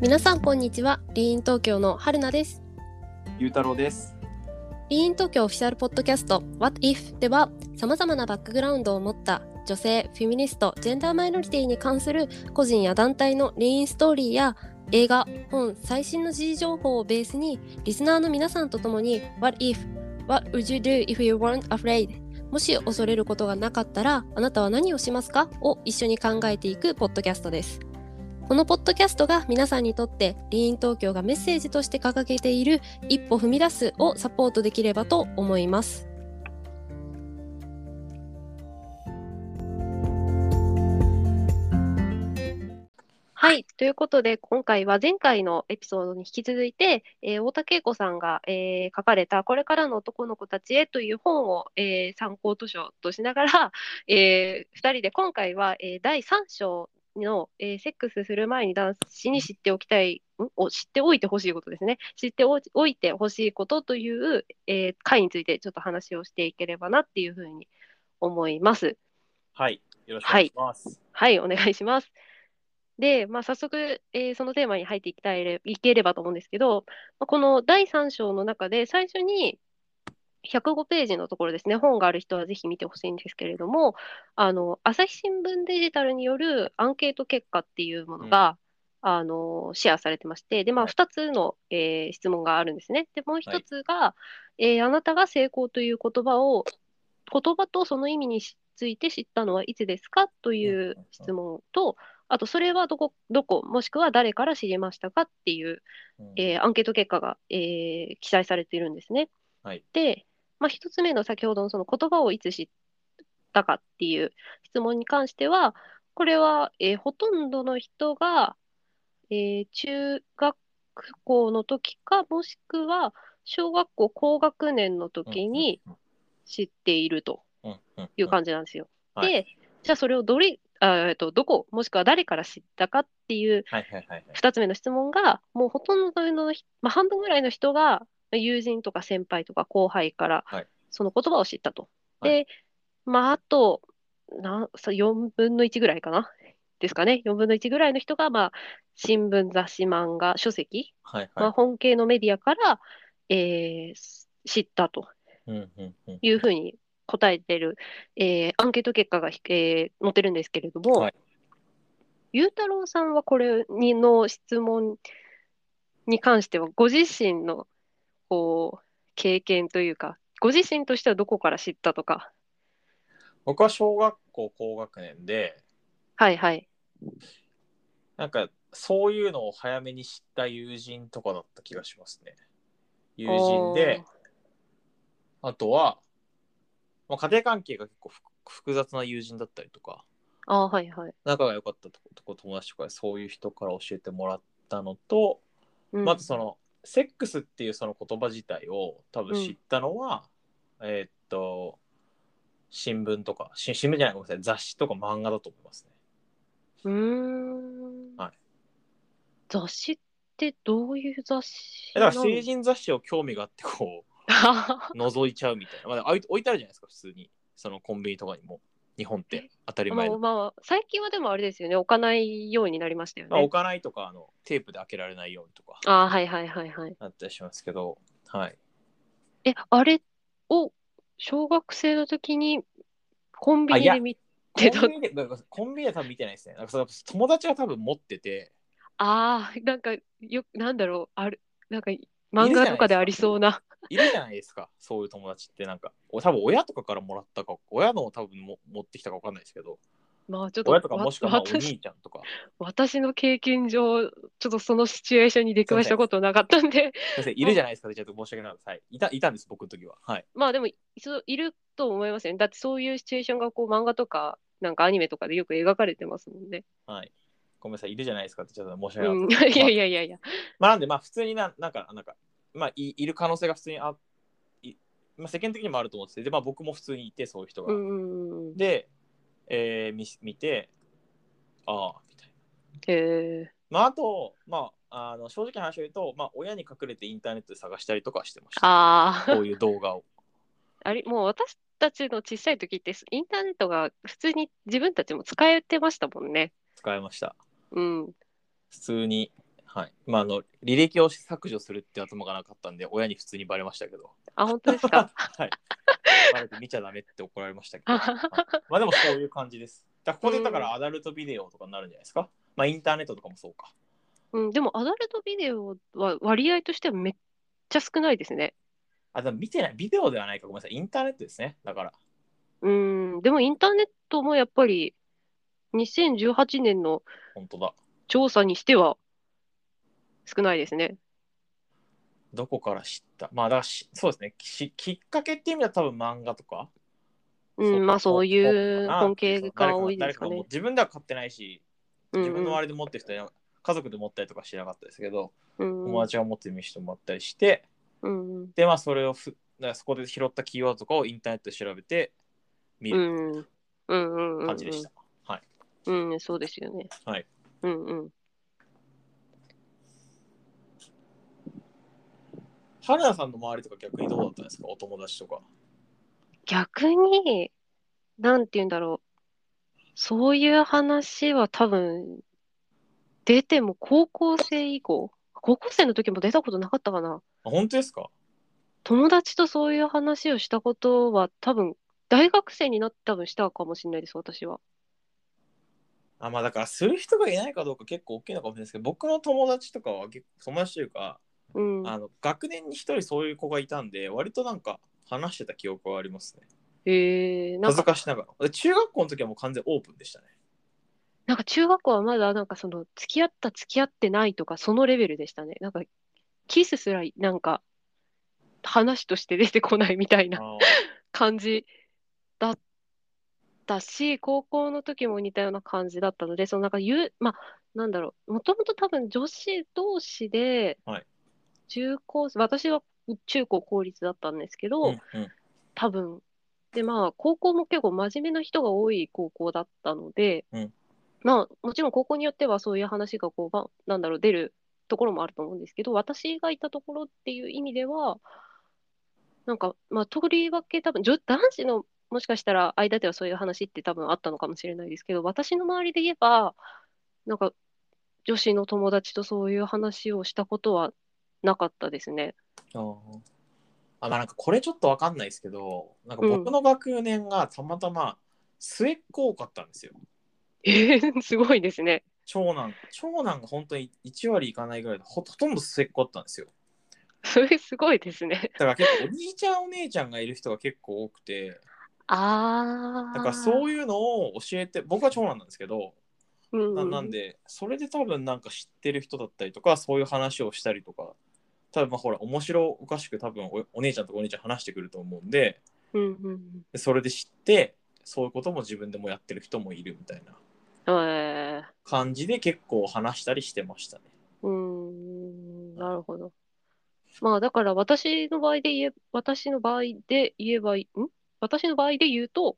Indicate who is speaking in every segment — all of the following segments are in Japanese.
Speaker 1: 皆さんこんにちはリーン東京の春菜です
Speaker 2: ゆうたろうです。
Speaker 1: リーン東京オフィシャルポッドキャスト What If ではさまざまなバックグラウンドを持った女性、フェミニスト、ジェンダーマイノリティに関する個人や団体のリーンストーリーや映画、本、最新の時事情報をベースにリスナーの皆さんと共に What if? What would you do if you weren't afraid? もし恐れることがなかったらあなたは何をしますかを一緒に考えていくポッドキャストです。このポッドキャストが皆さんにとってリーン東京がメッセージとして掲げている一歩踏み出すをサポートできればと思います。はい。ということで、今回は前回のエピソードに引き続いて、えー太田恵子さんが、えー書かれた、これからの男の子たちへという本を、えー参考図書としながら、え2人で今回は、えー第3章の、えーセックスする前に男子に知っておきたい、んお知っておいてほしいことですね。知っておおいてほしいことという、えー回についてちょっと話をしていければなっていうふうに思います。
Speaker 2: はい。よろしくお願いします。
Speaker 1: はい、お願いします。で、まあ、早速、えーそのテーマに入っていきたいれいければと思うんですけど、まあこの第3章の中で最初に105ページのところですね、本がある人はぜひ見てほしいんですけれども、あの朝日新聞デジタルによるアンケート結果っていうものが、あのシェアされてまして、で、まあ、
Speaker 2: はい
Speaker 1: 2つの、えー質問があるんですね。で、もう1つが、えーあなたが成功という言葉を、言葉とその意味について知ったのはいつですかという質問と、あと、それはどこ、どこ、もしくは誰から知りましたかっていう、えーアンケート結果が、えー記載されているんですね。
Speaker 2: はい
Speaker 1: で、まあ、一つ目の先ほどのその言葉をいつ知ったかっていう質問に関しては、これは、えーほとんどの人が、えー中学校の時か、もしくは小学校高学年の時に知っていると
Speaker 2: うん、うんうん
Speaker 1: いう感じなんですよ。
Speaker 2: はい
Speaker 1: で、じゃあそれをどれ、あーえっと、どこ、もしくは誰から知ったかっていう
Speaker 2: はいはいはいはい。
Speaker 1: 2つ目の質問が、もうほとんどの人、まあ、半分ぐらいの人が、まあ友人とか先輩とか後輩から
Speaker 2: はい、
Speaker 1: その言葉を知ったと。
Speaker 2: は
Speaker 1: で、まあ、あと、な、さ4分の1ぐらいかなですかね。4分の1ぐらいの人が、まあ、新聞、雑誌、漫画、書籍、
Speaker 2: はい
Speaker 1: まあ、
Speaker 2: は
Speaker 1: 本系のメディアから、えーす知ったと
Speaker 2: い。うんうんうん
Speaker 1: いうふうに答えてる、えーアンケート結果が、えー載ってるんですけれども、
Speaker 2: はい
Speaker 1: ゆうたろうさんはこれにの質問に関しては、ご自身のこう経験というか、ご自身としてはどこから知ったとか、
Speaker 2: 僕は小学校高学年で、
Speaker 1: はいはい、
Speaker 2: なんかそういうのを早めに知った友人とかだった気がしますね。友人で、あとは、まあ、家庭関係が結構ふ複雑な友人だったりとか、
Speaker 1: あーはいはい。
Speaker 2: 仲が良かったとことこ友達とかそういう人から教えてもらったのと、
Speaker 1: うん
Speaker 2: まずそのセックスっていうその言葉自体を多分知ったのは、えーっと新聞とかし新聞じゃないごめんなさい雑誌とか漫画だと思いますね。
Speaker 1: うーん
Speaker 2: はい
Speaker 1: 雑誌ってどういう雑誌
Speaker 2: えだか
Speaker 1: な
Speaker 2: ら
Speaker 1: の
Speaker 2: 成人雑誌を興味があってこう覗いちゃうみたいな、まあ、置い置いてあるじゃないですか普通にそのコンビニとかにも日本って当たり
Speaker 1: ま
Speaker 2: 前
Speaker 1: あ
Speaker 2: の、
Speaker 1: まあ、最近はでもあれですよね、置かないようになりましたよ
Speaker 2: まあ、
Speaker 1: ね
Speaker 2: 置。かないとかあのテープで開けられないようにとか
Speaker 1: ああ、はいはいはいはい。
Speaker 2: あったりしますけど、はい、
Speaker 1: え、あれを小学生の時にコンビニ
Speaker 2: あい
Speaker 1: で
Speaker 2: や
Speaker 1: 見てた
Speaker 2: コ。ンビニでごめんなさいコンビニで多分見てないですねなんかその友達が多分持ってて
Speaker 1: ああ、なんかよ、なんだろう、ある、なんか
Speaker 2: い
Speaker 1: 漫
Speaker 2: るじゃない
Speaker 1: 画
Speaker 2: ですか
Speaker 1: とかでありそうな。
Speaker 2: いるじゃないですか、そういう友達ってなんか、お多分親とかからもらったか、親のを多分も持ってきたかわかんないですけど、
Speaker 1: まあちょっと、
Speaker 2: 親とかもしくはまあ
Speaker 1: わ
Speaker 2: お
Speaker 1: 私
Speaker 2: 兄ちゃんとか、
Speaker 1: 私の経験上、ちょっとそのシチュエーションに出くわしたことなかったんで、
Speaker 2: 先生いるじゃないですか、ちょっと申し訳ないです。はい、いたいたんです、僕の時は。はい。
Speaker 1: まあでも、そういると思いますよね。だってそういうシチュエーションがこう漫画とか、なんかアニメとかでよく描かれてますもんね。
Speaker 2: はい、ごめんなさい、いるじゃないですかってちょっと申し訳ない、
Speaker 1: うん、 いやいやいやいやいや。
Speaker 2: まあなんで、まあ普通にな、なんか、なんか、まあいいる可能性が普通にあいまあ、世間的にもあると思ってて、で、まあ僕も普通にいて、そういう人
Speaker 1: う
Speaker 2: が。
Speaker 1: んうんうん。
Speaker 2: で、えー見し、見て、ああ、みたいな。
Speaker 1: へえ。
Speaker 2: まああと、まあ、あの正直な話を言うと、まあ親に隠れてインターネットで探したりとかはしてました。
Speaker 1: ああ
Speaker 2: こ。ういう動画を。
Speaker 1: あれ、もう私たちの小さい時って、インターネットが普通に自分たちも使えてましたもんね。
Speaker 2: 使いました。
Speaker 1: うん。
Speaker 2: 普通に、はい。まあ、あの、履歴を削除するって頭がなかったんで、親に普通にバレましたけど。
Speaker 1: あ、本当ですか
Speaker 2: はい。バレて見ちゃダメって怒られましたけど。はいまあ、でもそういう感じです。だからここでだからアダルトビデオとかになるんじゃないですか。まあ、インターネットとかもそうか。
Speaker 1: うん、でもアダルトビデオは割合としてはめっちゃ少ないですね。
Speaker 2: あ、でも見てない。ビデオではないか。ごめんなさい。インターネットですね。だから。
Speaker 1: うん、でもインターネットもやっぱり2018年の
Speaker 2: 本当だ。
Speaker 1: 調査にしては少ないですね。
Speaker 2: どこから知ったまあ、だからしそうですねし。きっかけっていう意味では多分漫画とか。
Speaker 1: うん、まあそういう
Speaker 2: 関
Speaker 1: 根
Speaker 2: 係
Speaker 1: 系が多いですかね。
Speaker 2: 自分では買ってないし、
Speaker 1: うん
Speaker 2: 自分のあれで持ってる人は家族で持ったりとかしなかったですけど、
Speaker 1: うん
Speaker 2: 友達が持ってる人もらったりして、
Speaker 1: うん
Speaker 2: で、まあ、それをふ、だからそこで拾ったキーワードとかをインターネットで調べて見
Speaker 1: う
Speaker 2: る
Speaker 1: んうんうんうん
Speaker 2: 感じでした。はい。
Speaker 1: うん、うん、そうですよね。
Speaker 2: はい。
Speaker 1: うんうん。
Speaker 2: 春菜さんの周りとか逆にどうだったんですかお友達とか。
Speaker 1: 逆に、なんて言うんだろう。そういう話は多分、出ても高校生以降、高校生の時も出たことなかったかな。
Speaker 2: あ本当ですか
Speaker 1: 友達とそういう話をしたことは多分、大学生になって多分したかもしれないです、私は。
Speaker 2: あまあだからする人がいないかどうか結構大きいのかもしれないですけど僕の友達とかは結構友達というか
Speaker 1: うん。
Speaker 2: あの学年に一人そういう子がいたんで割となんか話してた記憶はありますね
Speaker 1: へえ、なん
Speaker 2: 恥ず
Speaker 1: か、
Speaker 2: かしながらで中学校の時はもう完全オープンでしたね
Speaker 1: なんか中学校はまだなんかその、付き合った付き合ってないとか、そのレベルでしたね。なんか、キスすらなんか、話として出てこないみたいな。
Speaker 2: あ
Speaker 1: 感じだったし、高校の時も似たような感じだったので、そのなんか言う、まあ、なんだろう、もともと多分女子同士で
Speaker 2: はい、
Speaker 1: 中高生、私は中高公立だったんですけど、
Speaker 2: ーうんうん
Speaker 1: 多分でまあ高校も結構真面目な人が多い高校だったので、
Speaker 2: うん
Speaker 1: まあもちろん高校によってはそういう話がこう、まあ、なんだろう出るところもあると思うんですけど私がいたところっていう意味ではなんかまあとりわけ多分女男子のもしかしたら間ではそういう話って多分あったのかもしれないですけど私の周りで言えばなんか女子の友達とそういう話をしたことはなかったですね。
Speaker 2: あーあまあなんかこれちょっとわかんないですけどなんか僕の学年がたまたま末っ子多かったんですよ
Speaker 1: えー、すごいですね。
Speaker 2: 長男長男が本当に1割いかないぐらいでほほとんど末っ子だったんですよ
Speaker 1: それすごいですね。
Speaker 2: だから結構おじいちゃんお姉ちゃんがいる人が結構多くて
Speaker 1: ああ。
Speaker 2: だからそういうのを教えて僕は長男なんですけど
Speaker 1: うん
Speaker 2: ななんでそれで多分なんか知ってる人だったりとかそういう話をしたりとか多分まあほら面白おかしく多分おお姉ちゃんとかお兄ちゃん話してくると思うんで
Speaker 1: うんうん
Speaker 2: でそれで知ってそういうことも自分でもやってる人もいるみたいな
Speaker 1: うん。えー
Speaker 2: 感じで結構話したりしてましたね。
Speaker 1: うーん、なるほど。まあだから私の場合で言え、私の場合で言えばいい、ん私の場合で言うと、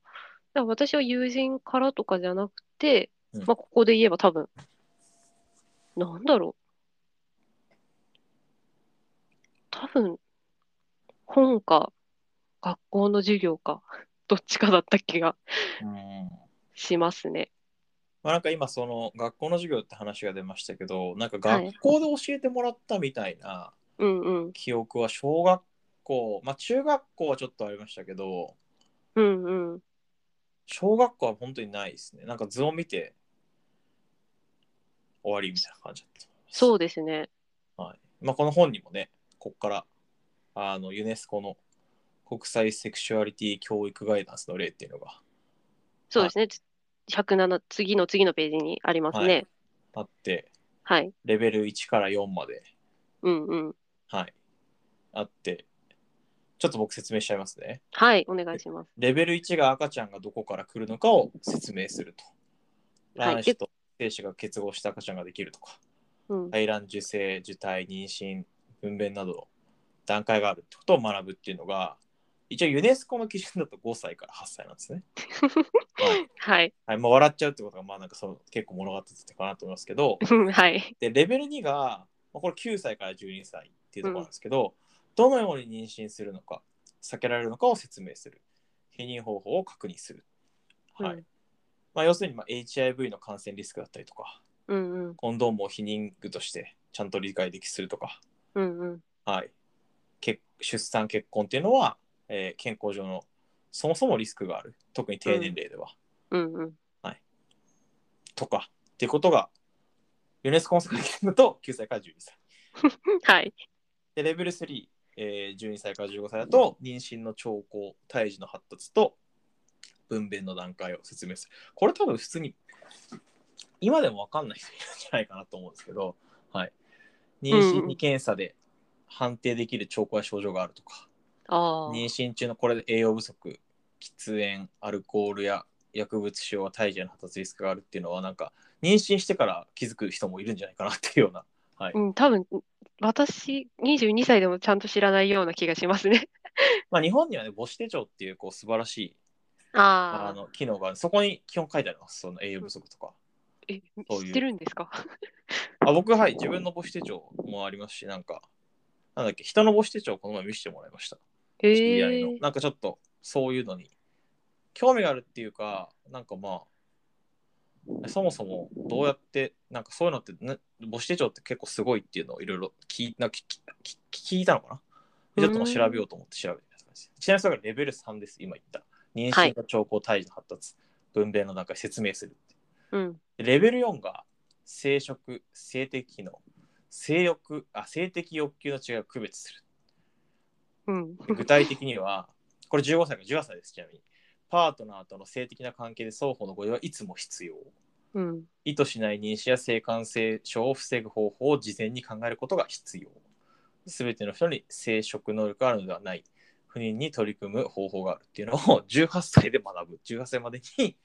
Speaker 1: だから私は友人からとかじゃなくて、
Speaker 2: うん
Speaker 1: まあここで言えば多分、なんだろう。多分、本か、学校の授業か、どっちかだった気が
Speaker 2: うん
Speaker 1: しますね。
Speaker 2: まあ、なんか今その学校の授業って話が出ましたけどなんか
Speaker 1: はい
Speaker 2: 学校で教えてもらったみたいな
Speaker 1: うんうん。
Speaker 2: 記憶は小学校まあ中学校はちょっとありましたけど
Speaker 1: うんうん。
Speaker 2: 小学校は本当にないですね。なんか図を見て終わりみたいな感じだった。
Speaker 1: そうですね。
Speaker 2: はい。まあこの本にもね、こっからあのユネスコの国際セクシュアリティ教育ガイダンスの例っていうのが
Speaker 1: そうですね。107、次の次のページにありますね。
Speaker 2: あって、
Speaker 1: はい。
Speaker 2: レベル1から4まで、
Speaker 1: うんうん。
Speaker 2: はい、あって、ちょっと僕説明しちゃいますね。
Speaker 1: はい、お願いします。
Speaker 2: レベル1が赤ちゃんがどこから来るのかを説明すると。
Speaker 1: はい
Speaker 2: 卵子と精子が結合した赤ちゃんができるとか。
Speaker 1: うん。
Speaker 2: 排卵受精受胎妊娠分娩など段階があるってことを学ぶっていうのが一応ユネスコの基準だと5歳から8歳なんですね。はい
Speaker 1: はい。
Speaker 2: はいまあ、笑っちゃうってことがまあなんかその結構物語ってたかなと思いますけど
Speaker 1: うんはい。
Speaker 2: でレベル2が、まあ、これ9歳から12歳っていうところなんですけど、どのように妊娠するのか避けられるのかを説明する避妊方法を確認する、はい
Speaker 1: うん
Speaker 2: まあ、要するにまあ HIV の感染リスクだったりとか
Speaker 1: うんうん。
Speaker 2: コンドームを避妊具としてちゃんと理解できするとか、
Speaker 1: うんうん
Speaker 2: はい、け出産結婚っていうのは、えー健康上のそもそもリスクがある特に低年齢では、
Speaker 1: うんうん
Speaker 2: とかっていうことがユネスコの世界圏だと9歳から12歳
Speaker 1: はい
Speaker 2: でレベル3、えー12歳から15歳だと妊娠の兆候胎児の発達と分娩の段階を説明するこれ多分普通に今でも分かんない人いるんじゃないかなと思うんですけど、はい、妊
Speaker 1: う
Speaker 2: 娠
Speaker 1: んうん
Speaker 2: に検査で判定できる兆候や症状があるとか、
Speaker 1: ああ
Speaker 2: 妊娠中のこれで栄養不足喫煙アルコールや薬物使用は胎児への発達リスクがあるっていうのはなんか妊娠してから気づく人もいるんじゃないかなっていうような はい、
Speaker 1: うん多分私22歳でもちゃんと知らないような気がしますね
Speaker 2: まあ、日本にはね母子手帳っていうこう素晴らしい あ
Speaker 1: ああ
Speaker 2: の機能があるそこに基本書いてありますその栄養不足とか
Speaker 1: え
Speaker 2: そういう
Speaker 1: 知ってるんですか
Speaker 2: あ僕はい自分の母子手帳もありますしなんかなんだっけ人の母子手帳をこの前見せてもらいました
Speaker 1: へ
Speaker 2: 知り合い
Speaker 1: え
Speaker 2: の、なんかちょっとそういうのに興味があるっていうかなんかまあそもそもどうやってなんかそういうのってね母子手帳って結構すごいっていうのをいろいろ聞いなんか聞き聞き聞いたのかなちょっともう調べようと思って調べてみた感じちなみにそれがレベル3です今言った妊
Speaker 1: はい
Speaker 2: 娠の兆候胎児の発達、分娩の段階説明するって
Speaker 1: うん
Speaker 2: レベル4が生殖、性的機能、性欲あ性的欲求の違いを区別する。
Speaker 1: うん
Speaker 2: で具体的には、これ15歳から18歳です、ちなみに。パートナーとの性的な関係で双方の合意はいつも必要。
Speaker 1: うん
Speaker 2: 意図しない妊娠や性感染症を防ぐ方法を事前に考えることが必要。すべての人に生殖能力があるのではない。不妊に取り組む方法があるっていうのを 18歳で学ぶ。18歳までに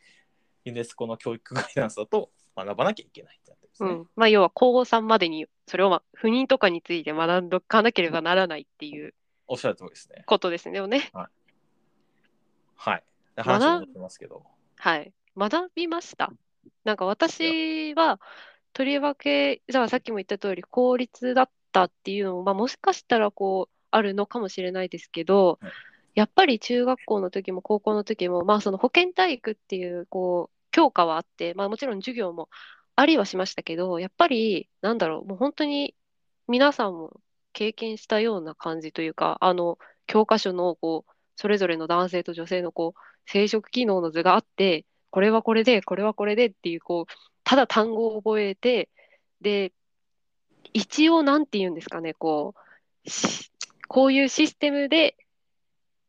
Speaker 2: ユネスコの教育ガイダンスだと学ばなきゃいけないってなってます
Speaker 1: う
Speaker 2: ね。
Speaker 1: ん、まあ要は高3までにそれをまあ不妊とかについて学んどかなければならないっていう
Speaker 2: おっしゃる通りですね。
Speaker 1: ことですね。でもね
Speaker 2: はい。
Speaker 1: まだ
Speaker 2: で話を戻ってますけど。
Speaker 1: はい、学びました。なんか私はとりわけじゃあさっきも言った通り公立だったっていうのも、まあ、もしかしたらこうあるのかもしれないですけど
Speaker 2: はい
Speaker 1: やっぱり中学校の時も高校の時も、まあ、その保健体育っていうこう教科はあって、まあ、もちろん授業もありはしましたけどやっぱりなんだろうもう本当に皆さんも経験したような感じというかあの教科書のこうそれぞれの男性と女性のこう生殖機能の図があってこれはこれでこれはこれでっていうこうただ単語を覚えてで一応なんて言うんですかねこうしこういうシステムで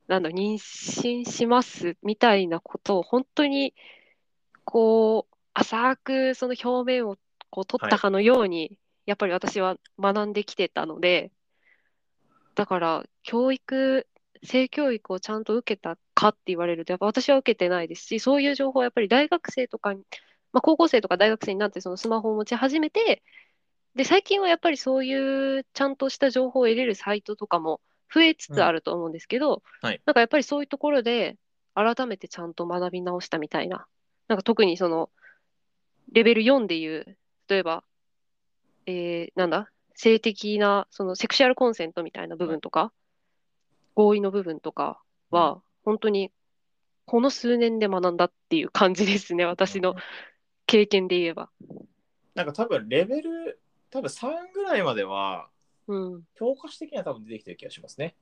Speaker 1: なんだろう妊娠しますみたいなことを本当にこう浅くその表面をこう取ったかのように、やっぱり私は学んできてたのでだから教育性教育をちゃんと受けたかって言われるとやっぱ私は受けてないですしそういう情報はやっぱり大学生とかに、まあ、高校生とか大学生になってそのスマホを持ち始めてで最近はやっぱりそういうちゃんとした情報を得れるサイトとかも増えつつあると思うんですけど、
Speaker 2: うんはい
Speaker 1: なんかやっぱりそういうところで改めてちゃんと学び直したみたいななんか特にそのレベル4でいう例えば、えーなんだ性的なそのセクシュアルコンセントみたいな部分とか、合意の部分とかは本当にこの数年で学んだっていう感じですね私の経験で言えば。
Speaker 2: なんか多分レベル、多分3ぐらいまでは、
Speaker 1: うん、
Speaker 2: 教科書的には多分出てきてる気がしますね。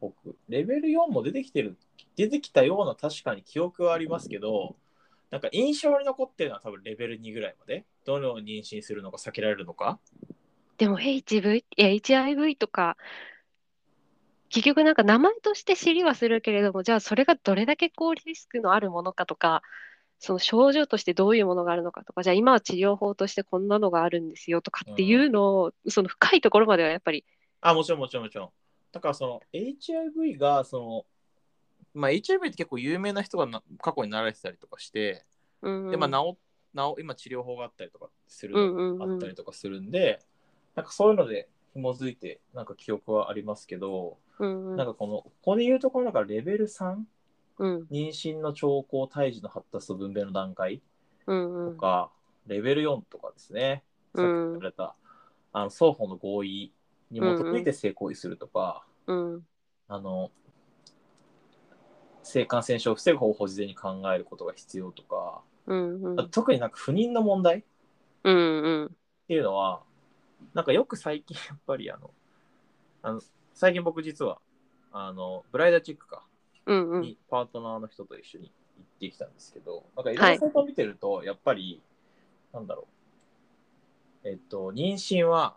Speaker 2: 僕、レベル4も出てきてる、出てきたような確かに記憶はありますけど、なんか印象に残ってるのは多分レベル2ぐらいまで、どのように妊娠するのか避けられるのか、
Speaker 1: でも HIV, いや HIV とか結局なんか名前として知りはするけれどもじゃあそれがどれだけこうリスクのあるものかとかその症状としてどういうものがあるのかとかじゃあ今は治療法としてこんなのがあるんですよとかっていうのを、その深いところまではやっぱり
Speaker 2: あ、もちろんもちろんもちろん。だからその HIV がその、まあ HIV って結構有名な人がな過去になられてたりとかして、
Speaker 1: うん
Speaker 2: でまあ治治今治療法があったりとかする
Speaker 1: うんうんうん
Speaker 2: あったりとかするんでなんかそういうので紐づいてなんか記憶はありますけど、
Speaker 1: うんうん
Speaker 2: なんかこのここで言うところだからレベル3
Speaker 1: うん
Speaker 2: 妊娠の兆候胎児の発達と分娩の段階
Speaker 1: うんう
Speaker 2: と
Speaker 1: ん
Speaker 2: か、レベル4とかですねさっき言われた、あの双方の合意に基づいて性行為するとか、
Speaker 1: うん
Speaker 2: あの性感染症を防ぐ方法を事前に考えることが必要とか、
Speaker 1: うんうん
Speaker 2: 特になんか不妊の問題
Speaker 1: うんうん
Speaker 2: っていうのはなんかよく最近 やっぱりあの、あの最近僕実は、あの、ブライダーチェックか、
Speaker 1: うんうん
Speaker 2: にパートナーの人と一緒に行ってきたんですけど、なんかいろんなサイトを見てると、やっぱり、なんだろう、えっと、妊娠は、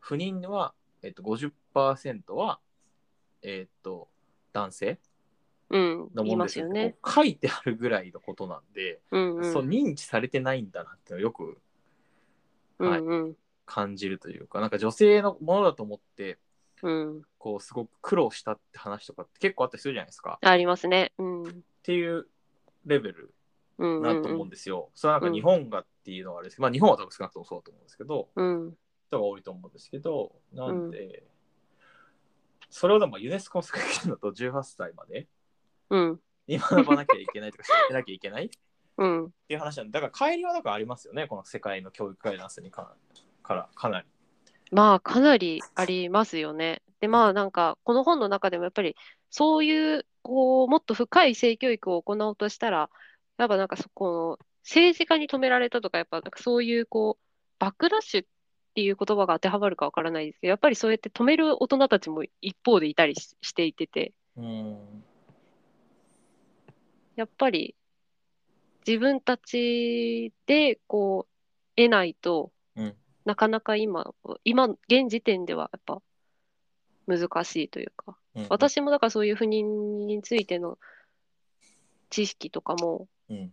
Speaker 2: 不妊は、えっと、50%は、えっと、男性
Speaker 1: うん
Speaker 2: の
Speaker 1: 言い
Speaker 2: もの
Speaker 1: ま
Speaker 2: ですす
Speaker 1: よ
Speaker 2: よ
Speaker 1: ね
Speaker 2: ね。書いてあるぐらいのことなんで、
Speaker 1: うんうん
Speaker 2: そう認知されてないんだなっていうのをよく
Speaker 1: うんうん
Speaker 2: 感じるというか、なんか女性のものだと思って、
Speaker 1: うん
Speaker 2: こう、すごく苦労したって話とかって結構あったりするじゃないですか。っ
Speaker 1: ありますねうんうん
Speaker 2: ていうレベル
Speaker 1: うん
Speaker 2: なと思うんですよ。それはなんか日本がっていうのはあれですけど、まあ日本は多分少なくともそうだと思うんですけど、
Speaker 1: うん
Speaker 2: 人が多いと思うんですけど、なんで、それをでもユネスコの世界遺産だと18歳まで
Speaker 1: うん
Speaker 2: に学ばなきゃいけないとか、知ってなきゃいけないっ
Speaker 1: うん
Speaker 2: ていう話なんで、だから帰りはだからありますよね、この世界の教育ガイダンスにかからかなり。
Speaker 1: まあかなりありますよね。でまあなんかこの本の中でもやっぱりそういうこうもっと深い性教育を行おうとしたらやっぱなんかそこの政治家に止められたとかやっぱなんかそういうこうバックラッシュっていう言葉が当てはまるかわからないですけどやっぱりそうやって止める大人たちも一方でいたりし、していてて
Speaker 2: うん
Speaker 1: やっぱり自分たちでこう得ないと
Speaker 2: うん
Speaker 1: なかなか今今現時点ではやっぱ難しいというか
Speaker 2: うん
Speaker 1: 私もだからそういう不妊についての知識とかも
Speaker 2: うん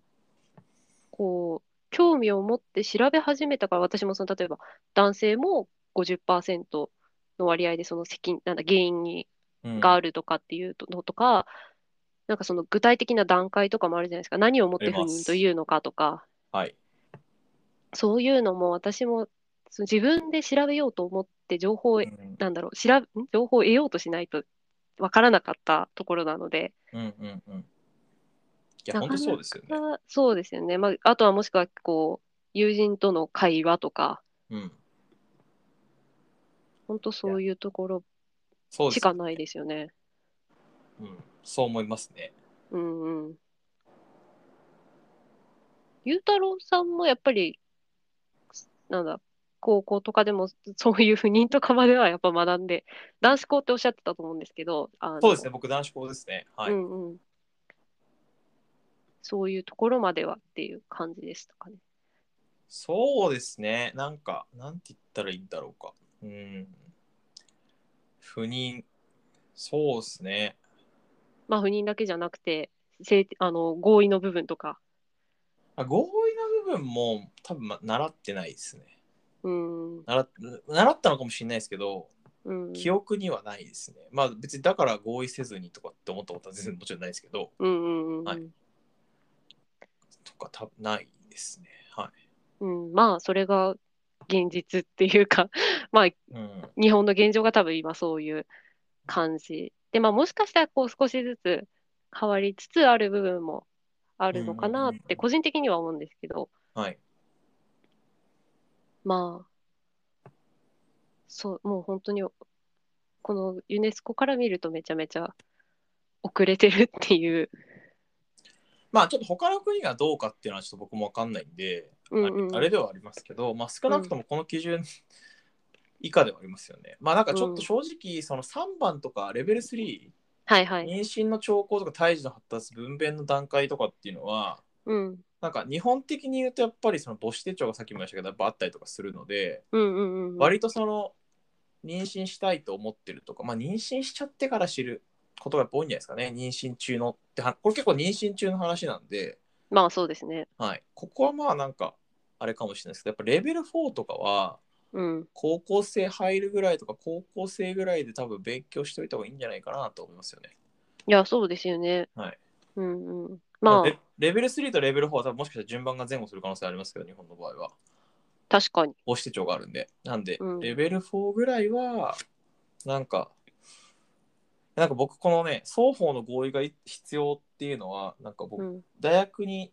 Speaker 1: こう興味を持って調べ始めたから私もその例えば男性も50%の割合でその責任なんだ原因に
Speaker 2: うん
Speaker 1: があるとかっていうのとか、なんかその具体的な段階とかもあるじゃないですか何をもって不
Speaker 2: ありま
Speaker 1: 妊
Speaker 2: す
Speaker 1: というのかとか
Speaker 2: はい。
Speaker 1: そういうのも私もその自分で調べようと思って情報を、
Speaker 2: うん
Speaker 1: なんだろう調べん情報を得ようとしないと分からなかったところなので
Speaker 2: うんうんうん。いや、
Speaker 1: なかなか
Speaker 2: 本当そうですよね。
Speaker 1: あそうですよね、まあ、あとはもしくはこう友人との会話とか
Speaker 2: うん。
Speaker 1: 本当そういうところ
Speaker 2: そうで
Speaker 1: し
Speaker 2: す。
Speaker 1: かないですよね。
Speaker 2: うん。そう思いますね。
Speaker 1: うんうん。ゆうたろうさんもやっぱり、なんだ、高校とかでもそういう不妊とかまではやっぱ学んで、男子校っておっしゃってたと思うんですけど、あの
Speaker 2: そうですね。僕、男子校ですね。はい。
Speaker 1: うんうん。そういうところまではっていう感じでしたかね。
Speaker 2: そうですね。なんか、なんて言ったらいいんだろうか。うん。不妊。そうですね。
Speaker 1: まあ不妊だけじゃなくて、性あの合意の部分とか。
Speaker 2: あ合意の部分も多分、ま、習ってないですね
Speaker 1: うん。うん
Speaker 2: 習っ。習ったのかもしれないですけど、記憶にはないですね。まあ別にだから合意せずにとかって思ったことは全然もちろんないですけど、
Speaker 1: うんうんうん。
Speaker 2: はいとか多分ないですね。は
Speaker 1: うん、まあそれが現実っていうか、まあ
Speaker 2: い。うん。
Speaker 1: 日本の現状が多分今そういう感じで、まあ、もしかしたらこう少しずつ変わりつつある部分もあるのかなっ
Speaker 2: うんうんう
Speaker 1: て
Speaker 2: ん
Speaker 1: 個人的には思うんですけど
Speaker 2: はい。
Speaker 1: まあそうもう本当にこのユネスコから見るとめちゃめちゃ遅れてるっていう。
Speaker 2: まあちょっと他の国がどうかっていうのはちょっと僕もわかんないんで、
Speaker 1: うん
Speaker 2: あ
Speaker 1: うん
Speaker 2: れあれではありますけど、まあ、少なくともこの基準 以下ではありますよね。まあなんかちょっと正直その3番とかレベル3、
Speaker 1: はいはい。
Speaker 2: 妊娠の兆候とか胎児の発達分娩の段階とかっていうのは
Speaker 1: うん
Speaker 2: なんか日本的に言うとやっぱりその母子手帳がさっきも言いましたけどやっぱあったりとかするので
Speaker 1: うんうんうん。
Speaker 2: 割とその妊娠したいと思ってるとか、まあ、妊娠しちゃってから知ることがやっぱ多いんじゃないですかね妊娠中のってはこれ結構妊娠中の話なんで、
Speaker 1: まあそうですね。
Speaker 2: はい、ここはまあなんかあれかもしれないですけどやっぱレベル4とかは
Speaker 1: うん。
Speaker 2: 高校生入るぐらいとか高校生ぐらいで多分勉強しておいた方がいいんじゃないかなと思いますよね。
Speaker 1: いや、そうですよね。
Speaker 2: はい。
Speaker 1: うんうん。ま
Speaker 2: レ
Speaker 1: あ、
Speaker 2: レベル3とレベル4は多分もしかしたら順番が前後する可能性ありますけど日本の場合は
Speaker 1: 確かに。
Speaker 2: 母子手帳があるんでなんで、
Speaker 1: うん
Speaker 2: レベル4ぐらいはなんかなんか僕このね双方の合意が必要っていうのはなんか僕、
Speaker 1: うん。
Speaker 2: 大学に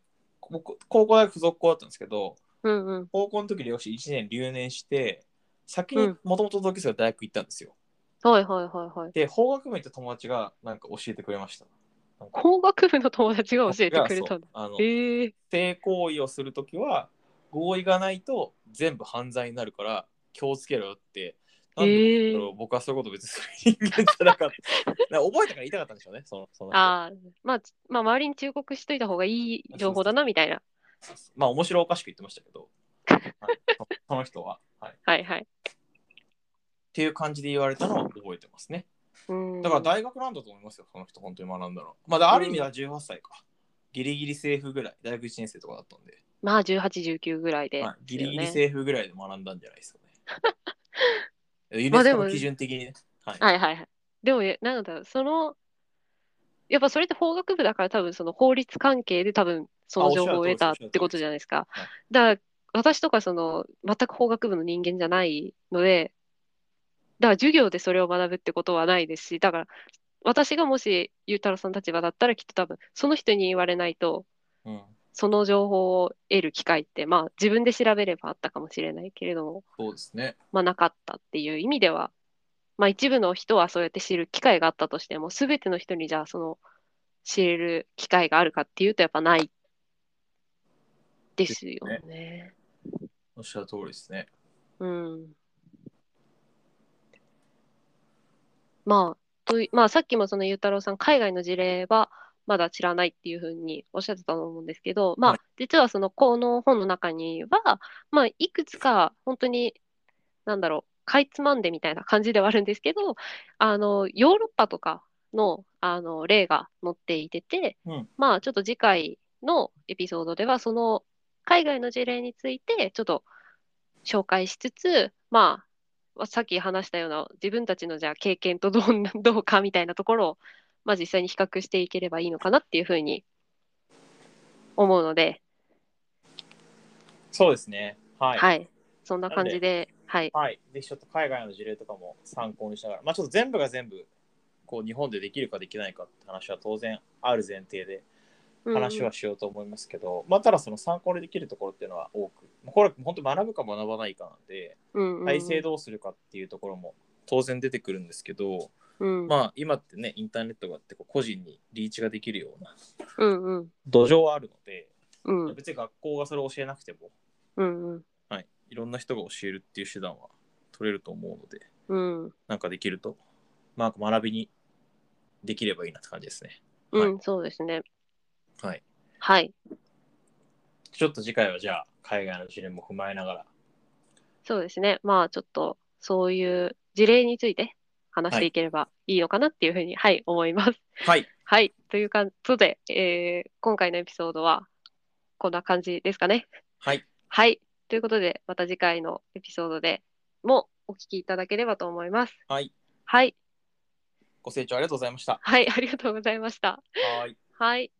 Speaker 2: 僕高校大学附属校だったんですけど
Speaker 1: うんうん。
Speaker 2: 高校の時両親1年留年して先にもともと同級生が大学行ったんですよ、
Speaker 1: はいはいはいはい。
Speaker 2: で法学部行った友達がなんか教えてくれましたなんか
Speaker 1: 工学部の友達が教えてくれ
Speaker 2: そ
Speaker 1: た
Speaker 2: うん
Speaker 1: だ。
Speaker 2: あの
Speaker 1: ええ
Speaker 2: 性行為をするときは合意がないと全部犯罪になるから気をつけろよって、
Speaker 1: え
Speaker 2: なんで
Speaker 1: ー、
Speaker 2: 僕はそういうこと別にする人間じゃなかった。なんか覚えたから言いたかったんでしょうね、そのその人
Speaker 1: あー、まあ、まあ、周りに忠告しといた方がいい情報だなみたいな。
Speaker 2: まあ面白おかしく言ってましたけど、はい、そその 人は、はい。っ
Speaker 1: はいはい。
Speaker 2: ていう感じで言われたのを覚えてますね。
Speaker 1: うん
Speaker 2: だから大学なんだと思いますよ、その人本当に学んだの。まあだある意味では18歳か。ギリギリセーフぐらい、大学1年生とかだったんで、
Speaker 1: まあ、18、19ぐらいで
Speaker 2: まあ、
Speaker 1: す
Speaker 2: ギ
Speaker 1: よね、
Speaker 2: リギリセーフぐらいで学んだんじゃないですか ね。ユ
Speaker 1: まあ
Speaker 2: ネ
Speaker 1: で
Speaker 2: ス
Speaker 1: も
Speaker 2: コの基準的にね。はい
Speaker 1: はいはいはい。でも、えなんだろう、その、やっぱそれって法学部だから多分その法律関係で多分その情報を得たってことじゃないですか。
Speaker 2: はい
Speaker 1: だから私とかその全く法学部の人間じゃないので、だから授業でそれを学ぶってことはないですし、だから私がもしゆうたろうさんの立場だったらきっと多分その人に言われないと、
Speaker 2: うん、
Speaker 1: その情報を得る機会って、まあ自分で調べればあったかもしれないけれども、
Speaker 2: そうですね。
Speaker 1: まあ、なかったっていう意味では、まあ、一部の人はそうやって知る機会があったとしても、すべての人にじゃあその知れる機会があるかっていうとやっぱないですよね。
Speaker 2: おっしゃる通りですね。
Speaker 1: うん。まあ、といまあ、さっきもそのゆうたろうさん、海外の事例はまだ知らないっていうふうにおっしゃってたと思うんですけど、まあ
Speaker 2: は、
Speaker 1: 実はそのこの本の中には、まあ、いくつか本当に、なんだろう、かいつまんでみたいな感じではあるんですけど、あの、ヨーロッパとかの、あの、例が載っていてて、
Speaker 2: うん
Speaker 1: まあ、ちょっと次回のエピソードでは、その海外の事例について、ちょっと紹介しつつ、まあ、さっき話したような自分たちのじゃあ経験とどうな どうかみたいなところを、まあ、実際に比較していければいいのかなっていうふうに思うので、
Speaker 2: そうですね。はい。
Speaker 1: はい、そんな感じで、はい、
Speaker 2: はい、ぜひちょっと海外の事例とかも参考にしながら、まあ、ちょっと全部が全部こう日本でできるかできないかって話は当然ある前提で
Speaker 1: うん
Speaker 2: 話はしようと思いますけど、まあ、ただその参考にできるところっていうのは多く、まあこれ本当学ぶか学ばないかなんで、
Speaker 1: うんうん
Speaker 2: 体制どうするかっていうところも当然出てくるんですけど、
Speaker 1: うん
Speaker 2: まあ今ってね、インターネットがあってこう個人にリーチができるような
Speaker 1: うんうん
Speaker 2: 土壌はあるので、
Speaker 1: うん
Speaker 2: 別に学校がそれを教えなくても、
Speaker 1: うん
Speaker 2: はい、いろんな人が教えるっていう手段は取れると思うので。
Speaker 1: うんうん
Speaker 2: なんかできると、まあ、学びにできればいいなって感じですね。
Speaker 1: うんそうですね
Speaker 2: はい。
Speaker 1: はい
Speaker 2: ちょっと次回はじゃあ、海外の事例も踏まえながら、
Speaker 1: そうですねまあちょっとそういう事例について話していければいいのかなっていうふうにはい思います
Speaker 2: はい。
Speaker 1: はい、ということで、えー今回のエピソードはこんな感じですかね。
Speaker 2: はい。
Speaker 1: はい、ということで、また次回のエピソードでもお聞きいただければと思います。
Speaker 2: はい。
Speaker 1: はい、
Speaker 2: ご清聴ありがとうございました。
Speaker 1: はい、ありがとうございました。
Speaker 2: はい。
Speaker 1: はい。